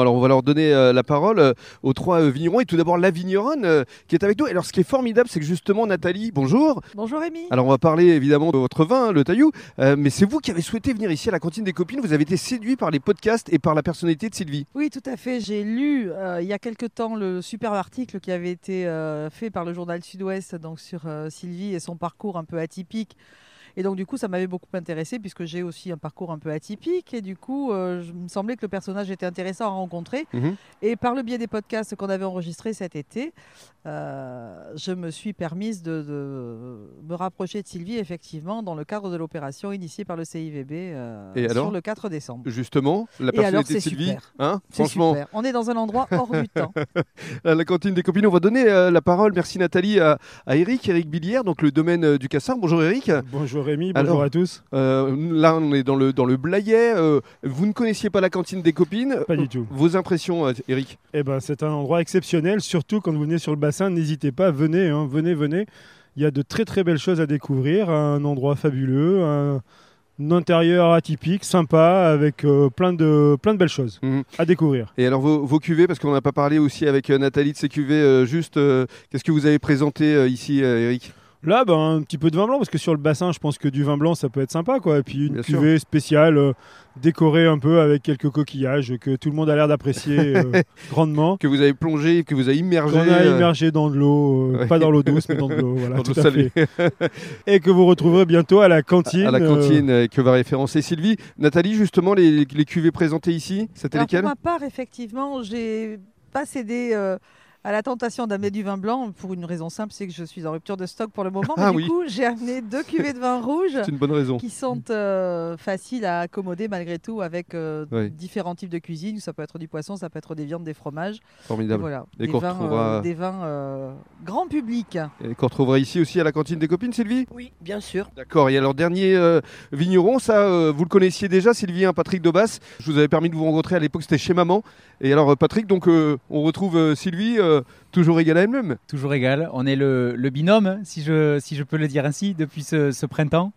Alors on va leur donner euh, la parole euh, aux trois euh, vignerons et tout d'abord la vigneronne euh, qui est avec nous. Et Alors ce qui est formidable c'est que justement Nathalie, bonjour. Bonjour Rémi. Alors on va parler évidemment de votre vin, le Taillou, euh, mais c'est vous qui avez souhaité venir ici à la cantine des copines. Vous avez été séduit par les podcasts et par la personnalité de Sylvie. Oui, tout à fait. J'ai lu euh, il y a quelque temps le superbe article qui avait été euh, fait par le journal Sud-Ouest donc sur euh, Sylvie et son parcours un peu atypique. Et donc du coup, ça m'avait beaucoup intéressé puisque j'ai aussi un parcours un peu atypique et du coup, euh, je- il me semblait que le personnage était intéressant à rencontrer. Mhm. Et par le biais des podcasts qu'on avait enregistrés cet été, euh, je me suis permise de, de me rapprocher de Sylvie effectivement dans le cadre de l'opération initiée par le CIVB euh, Et alors sur le 4 décembre. Justement, la Et alors, personnalité de c'est Sylvie. super. Hein C'est Franchement, super. On est dans un endroit hors du temps. à la cantine des copines, on va donner euh, la parole. Merci Nathalie à, à Eric, Eric Billière, donc le domaine euh, du Cassard. Bonjour Eric. Bonjour Rémi, bonjour Alors- à tous. Euh, là, on est dans le, dans le Blayais. euh, vous ne connaissiez pas la cantine des copines. Pas du tout. Vos impressions, euh, Eric Eh ben, c'est un endroit exceptionnel, surtout quand vous venez sur le bassin, n'hésitez pas, venez, hein, venez, venez. Il y a de très très belles choses à découvrir, un endroit fabuleux, un, un intérieur atypique, sympa, avec euh, plein, de, plein de belles choses Mhm. à découvrir. Et alors, vos, vos cuvées, parce qu'on n'a pas parlé aussi avec euh, Nathalie de ces cuvées, euh, juste, euh, qu'est-ce que vous avez présenté euh, ici, euh, Eric Là, ben, un petit peu de vin blanc, parce que sur le bassin, je pense que du vin blanc, ça peut être sympa, quoi. Et puis une Bien sûr. cuvée spéciale, euh, décorée un peu avec quelques coquillages que tout le monde a l'air d'apprécier euh, grandement. Que vous avez plongé, que vous avez immergé Qu'on a euh, immergé dans de l'eau, euh, ouais. pas dans l'eau douce, mais dans de l'eau. Voilà, Dans de tout l'eau à salée. fait. Et que vous retrouverez bientôt à la cantine. à la euh, cantine euh, que va référencer Sylvie. Nathalie, justement, les, les- les cuvées présentées ici, c'était Alors, pour lesquelles ma part, effectivement, j'ai pas cédé euh, à la tentation d'amener du vin blanc pour une raison simple, c'est que je suis en rupture de stock pour le moment. Mais Ah du oui. coup, j'ai amené deux cuvées de vin rouge C'est une bonne raison. euh, qui sont euh, faciles à accommoder malgré tout avec euh, Oui. différents types de cuisine. Ça peut être du poisson, ça peut être des viandes, des fromages. Et Formidable. voilà, Et des, qu'on vins, retrouvera- des vins euh, grand public. Et qu'on retrouvera ici aussi à la cantine des copines, Sylvie Oui, bien sûr. D'accord. Et alors, dernier euh, vigneron, ça, euh, vous le connaissiez déjà, Sylvie, hein, Patrick Dobas. Je vous avais permis de vous rencontrer à l'époque, c'était chez Maman. Et alors, euh, Patrick, donc, euh, on retrouve euh, Sylvie, euh, toujours égale à elle-même. Toujours égal. On est le, le binôme, si je, si je peux le dire ainsi, depuis ce, ce printemps.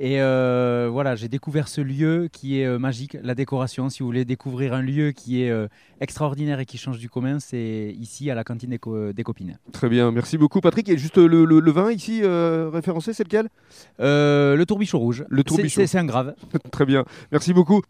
Et euh, voilà, j'ai découvert ce lieu qui est euh, magique. La décoration, si vous voulez découvrir un lieu qui est euh, extraordinaire et qui change du commun, c'est ici à la cantine des, co- des copines. Très bien. Merci beaucoup, Patrick. Et juste euh, le, le- le vin ici euh, référencé, c'est lequel Euh, le tourbichon rouge. Le tourbichon. C'est- C'est c'est un grave. Très bien. Merci beaucoup.